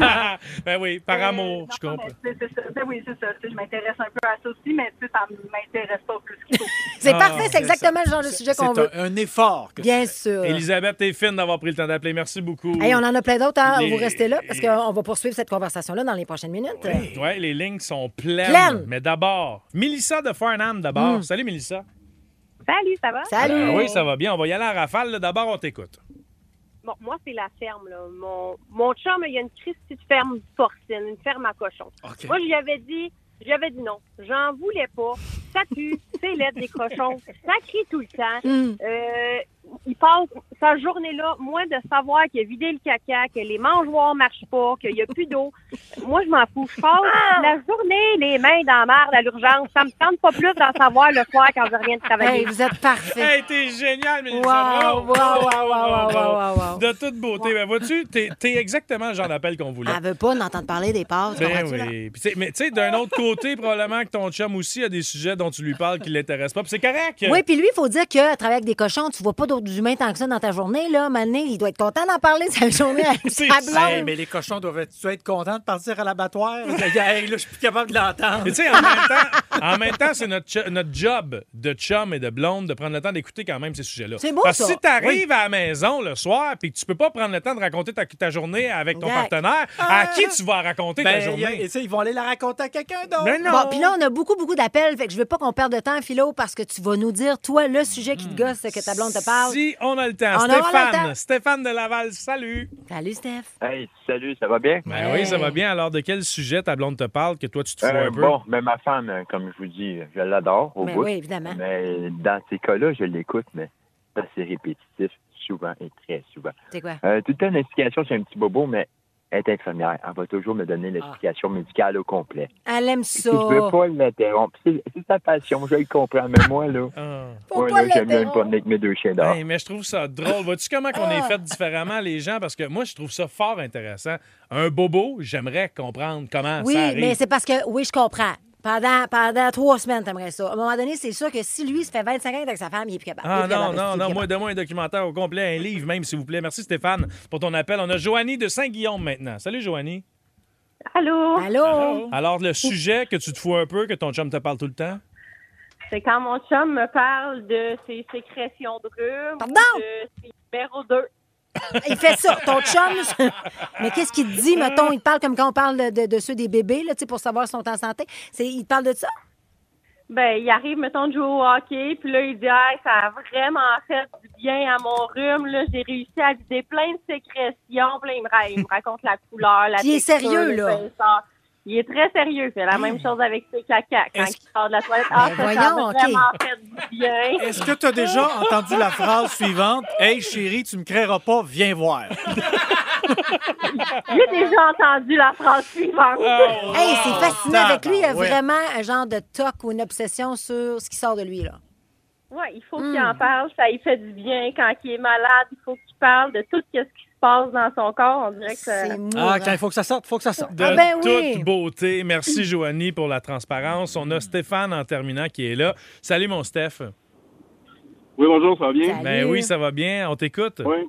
ben oui, par Euh, amour, non, je comprends. mais c'est- c'est ça. Ben oui, c'est ça. Tu sais, Je m'intéresse un peu à ça aussi, mais tu sais, ça m'intéresse pas plus qu'il faut. C'est Ah, parfait, c'est c'est exactement le genre de sujet C'est qu'on veut. un, un effort. Que tu Bien fais. sûr. Elisabeth, t'es fine d'avoir pris le temps d'appeler. Merci beaucoup. euh, Hey, on en a plein d'autres. hein. Les- Vous restez là parce qu'on va poursuivre cette conversation-là dans les prochaines minutes. Ouais, les lignes sont pleines. Pleines. Mm. Mais d'abord, Mélissa de Farnham, d'abord. Salut, Mélissa. Salut, ça va? Salut! Ah oui, ça va bien. On va y aller en rafale. là. D'abord, on t'écoute. Bon, moi, c'est la ferme. Là. Mon, mon chum, il y a une crise de ferme porcine, une ferme à cochons. OK. Moi, je lui avais dit, je lui avais dit non. J'en voulais pas. Ça pue, c'est laid, des cochons. Ça crie tout le temps. Hum. Euh, il passe sa journée-là, moins de savoir qu'il a vidé le caca, que les mangeoires marchent pas, qu'il n'y a plus d'eau. Moi, je m'en fous. Je passe la journée les mains dans la merde à l'urgence. Ça me tente pas plus d'en savoir le soir quand je reviens de travailler. Hey, vous êtes parfait. Hey, t'es génial, Mélissa. Wow, Bravo, wow, bravo, wow, wow, wow, bravo. wow, wow. De toute beauté. Ben, vois-tu, t'es, t'es exactement le genre d'appel qu'on voulait. Elle veut pas n'entendre parler des pâtes. Ben comprends-tu, là? oui. Puis tu sais- mais tu sais, d'un autre côté, probablement que ton chum aussi a des sujets dont tu lui parles qui l'intéressent pas. Puis c'est correct. Oui, puis lui, il faut dire qu'à travailler avec des cochons, tu vois pas d'autres humains tant que ça dans ta journée. Là, Mané, il doit être content d'en parler sa journée avec sa C'est Hey, blonde. mais les cochons doivent-tu être contents de partir à l'abattoir? hey, là, je suis plus capable de l'entendre. Mais tu sais, en même temps, en même temps, c'est notre, cho- notre job de chum et de blonde de prendre le temps d'écouter quand même ces sujets-là. C'est beau, Parce que ça. si t'arrives à la maison le soir puis que tu peux pas prendre le temps de raconter ta, ta journée avec ton Exact. Ah. partenaire, à qui tu vas raconter ta Ben, y a- journée? et ça, ils vont aller la raconter à quelqu'un d'autre. Ben non. Bon, puis là, on a beaucoup, beaucoup d'appels. Fait que je veux pas qu'on perde de temps, Philo, parce que tu vas nous dire, toi, le sujet qui te gosse, que ta blonde te parle. Hmm. Si on a le temps. On aura le Stéphane, temps. Stéphane de Laval, salut. Salut, Steph. Hey, salut, ça va bien? Ben oui, ça va bien. Alors, de quel sujet ta blonde te parle que toi, tu te fous Euh, un peu? bon, ben ma femme, euh, comme je vous dis, je l'adore au Ben bout. oui, évidemment. Mais dans ces cas-là, je l'écoute, mais c'est assez répétitif, souvent et très souvent. C'est quoi? Euh, tout le temps, l'explication, c'est un petit bobo, mais est infirmière. Elle va toujours me donner l'explication médicale au complet. Elle aime Puis Ah. ça. Je veux pas l'interrompre. C'est c'est sa passion, je le comprends. Mais moi, là, moi, là, j'aime bien me promener avec mes deux chiens d'or. Ben, Hey, Ah. Ben, mais je trouve ça drôle. Vois-tu comment qu'on Ah. est fait différemment, les gens? Parce que moi, je trouve ça fort intéressant. Un bobo, j'aimerais comprendre comment Oui, ça arrive. mais c'est parce que, oui, je comprends. Pendant, pendant trois semaines, t'aimerais ça. À un moment donné, c'est sûr que si lui, ça fait 25 ans avec sa femme, il est plus capable. Il Ah est plus non, capable, il non, est non. plus Moi, donne-moi un documentaire au complet, un livre même, s'il vous plaît. Merci, Stéphane, pour ton appel. On a Joanie de Saint-Guillaume maintenant. Salut, Joanie. Allô? Allô? Alors, le sujet que tu te fous un peu, que ton chum te parle tout le temps? C'est quand mon chum me parle de ses sécrétions de rhume, Pardon? de ses numéros 2. capable. Il fait ça, ton chum. mais qu'est-ce qu'il te dit, mettons? Il te parle comme quand on parle de, de- de ceux des bébés, là, tu sais, pour savoir s'ils sont en santé. C'est, il te parle de ça? Ben, il arrive, mettons, de jouer au hockey, puis là, il dit, hey, ça a vraiment fait du bien à mon rhume, là, j'ai réussi à vider plein de sécrétions, puis là, il me, ra- il me raconte la couleur, la Puis il est texture, sérieux, le là. Hein? spesseur. Il est très sérieux, il fait la même chose avec ses caca quand Est-ce- il sort de la toilette. Ah, Ben ça, ça voyons, m'a OK. vraiment fait du bien. Est-ce que tu as déjà entendu la phrase suivante Hey chérie, tu me créeras pas, viens voir. J'ai déjà entendu la phrase suivante. Hey, c'est Oh, fascinant. Avec lui, il y a tabarouette. vraiment un genre de toc ou une obsession sur ce qui sort de lui, là. Ouais, il faut qu'il en Hmm. parle, ça lui fait du bien. Quand il est malade, il faut qu'il parle de tout ce qui se passe dans son corps. On dirait que Euh, ça... C'est mourant. Ah, quand il faut que ça sorte, faut que ça sorte. De Ah ben oui. toute beauté. Merci, Joanie, pour la transparence. On a Stéphane en terminant qui est là. Salut, mon Steph. Oui, bonjour, ça va bien? Salut. Ben oui, ça va bien. On t'écoute. Oui.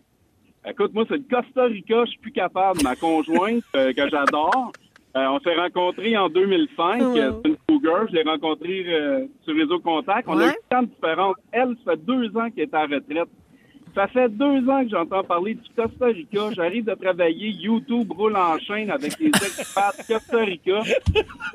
Écoute, moi, c'est le Costa Rica, je suis plus capable. Ma conjointe, euh, que j'adore, euh, on s'est rencontrés en 2005. Wow. euh, C'est une cougar. Je l'ai rencontrée euh, sur Réseau Contact. On a Ouais. eu tant de différences. Elle, ça fait deux ans qu'elle est en retraite. Ça fait deux ans que j'entends parler du Costa Rica. J'arrive de travailler. YouTube roule en chaîne avec les expats Costa Rica.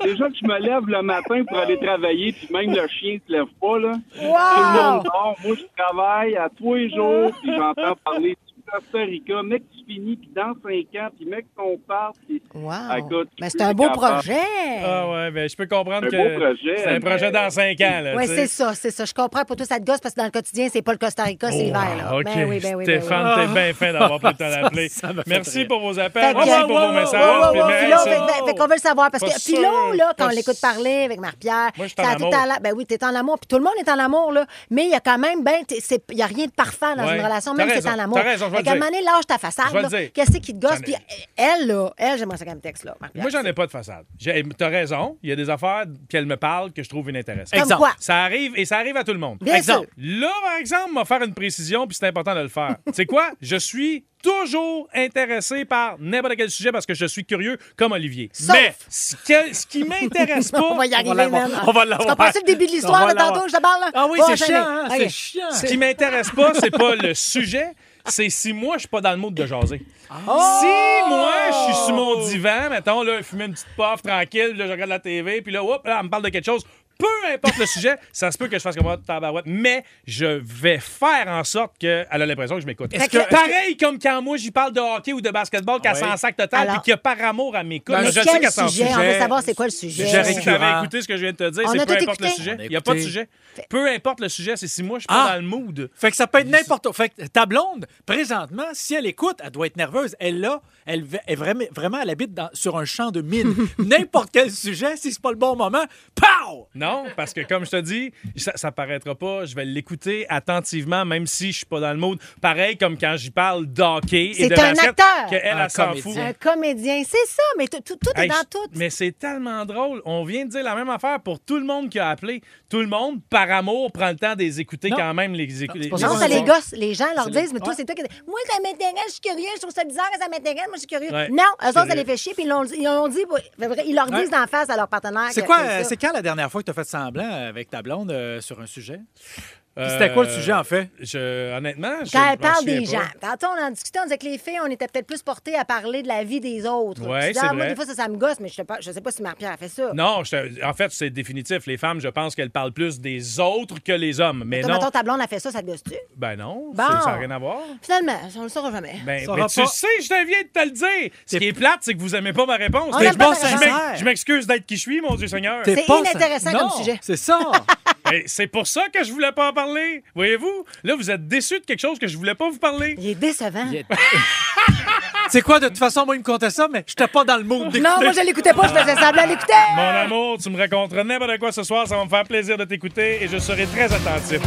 Déjà que je me lève le matin pour aller travailler, puis même le chien se lève pas, là. Tout le Oh. monde dort. Moi, je travaille à tous les jours, puis j'entends parler du Costa Rica. Mec, tu finis, puis dans cinq ans, puis mec, qu'on part, puis... Ah, Wow. écoute, Ben, je c'est suis un beau capable. projet. Ah ouais, ben je peux comprendre Un que beau projet, hein. c'est un mais- projet dans cinq ans. Là, Oui, ben, tu sais. c'est ça, c'est ça. Je comprends pour toi, ça te gosse parce que dans le quotidien, c'est pas le Costa Rica, c'est l'hiver. là. Ah, OK. Ben oui, ben oui, ben oui. Stéphane, t'es bien fin d'avoir pris le temps d'appeler. Ça, ça m'a fait Merci rire. pour vos Fait appels. que- Merci pour Wow, vos wow, messages. wow, Puis wow, merci. Pilon, fait- fait- fait qu'on veut le savoir. Parce Pas que sûr. Pilon, là, quand on Pas l'écoute sûr. parler avec Marc-Pierre, Moi, je suis ça en a tout le amour. temps l'air- Ben oui, t'es en amour. Puis tout le monde est en amour, là. Mais il y a quand même, ben, t'es- c'est- il n'y a rien de parfait dans Ouais. une relation, T'as même si t'es raison, en amour. t'as raison, je vais Fait le qu'à un dire. moment donné, lâche ta façade. Je vais le là. dire. Qu'est-ce qui te gosse? J'en ai- Puis elle, là, elle, j'aimerais ça qu'elle me texte, là, Marc-Pierre. Moi, j'en ai pas de façade. J'ai- T'as raison. Il y a des affaires qu'elle me parle que je trouve inintéressantes. Comme Exemple. quoi? Ça arrive et ça arrive à tout le monde. Bien Exemple. sûr. Là, par exemple, m'a faire une précision, puis c'est important de le faire. tu sais quoi? Je suis toujours intéressé par n'importe quel sujet parce que je suis curieux comme Olivier. Sauf- Mais ce, que- ce qui m'intéresse pas. On va y arriver, l'avoir. man. On va Tu l'avoir. comprends le début de On l'histoire, va là, tantôt, l'avoir. je te parle, là? Ah oui, On va c'est chiant, enchaîner. hein, c'est OK. chiant. Ce qui m'intéresse pas, c'est pas le sujet, c'est si moi je suis pas dans le mood de jaser. Ah! Si moi je suis sur mon divan, mettons là, fumer une petite puff tranquille, là je regarde la TV, puis là, hop, là, elle me parle de quelque chose. Peu importe le sujet, ça se peut que je fasse comme moi, tabarouette, mais je vais faire en sorte qu'elle a l'impression que je m'écoute. Est-ce que- est-ce que- Pareil comme quand moi j'y parle de hockey ou de basketball, qu'elle Oui. s'en sac total, Alors- puis que par amour elle m'écoute. Ben, je sais Quel qu'elle s'en sujet? fout. On veut sujet. savoir c'est quoi le sujet. Sujet Si tu récurrent. avais écouté ce que je viens de te dire, On a c'est peu tout importe le écouté. sujet. On a Il n'y a pas de écouté. sujet. Peu importe le sujet, c'est si moi je suis pas Ah. dans le mood. Fait que ça peut être n'importe où. Fait que ta blonde, présentement, si elle écoute, elle doit être nerveuse. Elle là, elle va- est vraiment, vraiment, elle habite dans- sur un champ de mine. n'importe quel sujet, si c'est pas le bon moment, pow! Non, parce que comme je te dis, ça, ça paraîtra pas. Je vais l'écouter attentivement, même si je suis pas dans le mood. Pareil comme quand j'y parle d'hockey et C'est de un basket, acteur. qu'elle elle, Un elle s'en comédien. fout. Un comédien, c'est ça, mais tout, tout- tout est Hey, dans je- tout. Mais c'est tellement drôle. On vient de dire la même affaire pour tout le monde qui a appelé. Tout le monde, par amour, prend le temps de les écouter Non. quand même. Les, écou- c'est pas les- Non, Ouais, ça les ouais. gosse. Les gens leur C'est les- disent, mais toi, ouais. c'est toi qui. Moi, ça m'intéresse, je suis curieux, je trouve ça bizarre que ça m'intéresse, moi, je suis curieux. Ouais. Non, eux autres, ça Curieux. les fait chier, puis ils l'ont- ils l'ont dit, pour- fait vrai, ils leur disent Ouais. d'en face à leur partenaire. C'est que- quoi, que euh, ça. c'est quand la dernière fois que t'as fait semblant avec ta blonde euh, sur un sujet? Puis Euh, C'était quoi le sujet, en fait? je- honnêtement, je Quand elle m'en parle souviens des pas. gens. Tantôt, on en discutait, on disait que les filles, on était peut-être plus portées à parler de la vie des autres. Ouais, Tu dis, c'est ah, moi, vrai. des fois, ça, ça me gosse, mais je, ne sais pas si Marie-Pierre a fait ça. Non, je te- en fait, c'est définitif. Les femmes, je pense qu'elles parlent plus des autres que les hommes. Mais Toi, non, mettons, ta blonde a fait ça, ça te gosse-tu? ben non, Bon. c'est- ça n'a rien à voir. Finalement, on le saura jamais. Ben, Ça mais aura tu pas- sais, je te viens de te le dire. Ce T'es- qui est plate, c'est que vous aimez pas ma réponse. On Mais aime je pas m'en- ta je réponse. m'ex- je m'excuse d'être qui je suis, mon Dieu Seigneur. T'es C'est pas- inintéressant comme Non, sujet. C'est ça! Mais C'est pour ça que je voulais pas en parler. Voyez-vous, là, vous êtes déçu de quelque chose que je voulais pas vous parler. Il est décevant. Il est- C'est quoi, de toute façon, moi, il me comptait ça, mais j'étais pas dans le mood d'écouter. Non, moi, je l'écoutais pas, je faisais semblant l'écouter. Mon amour, tu me raconteras n'importe quoi ce soir, ça va me faire plaisir de t'écouter et je serai très attentif.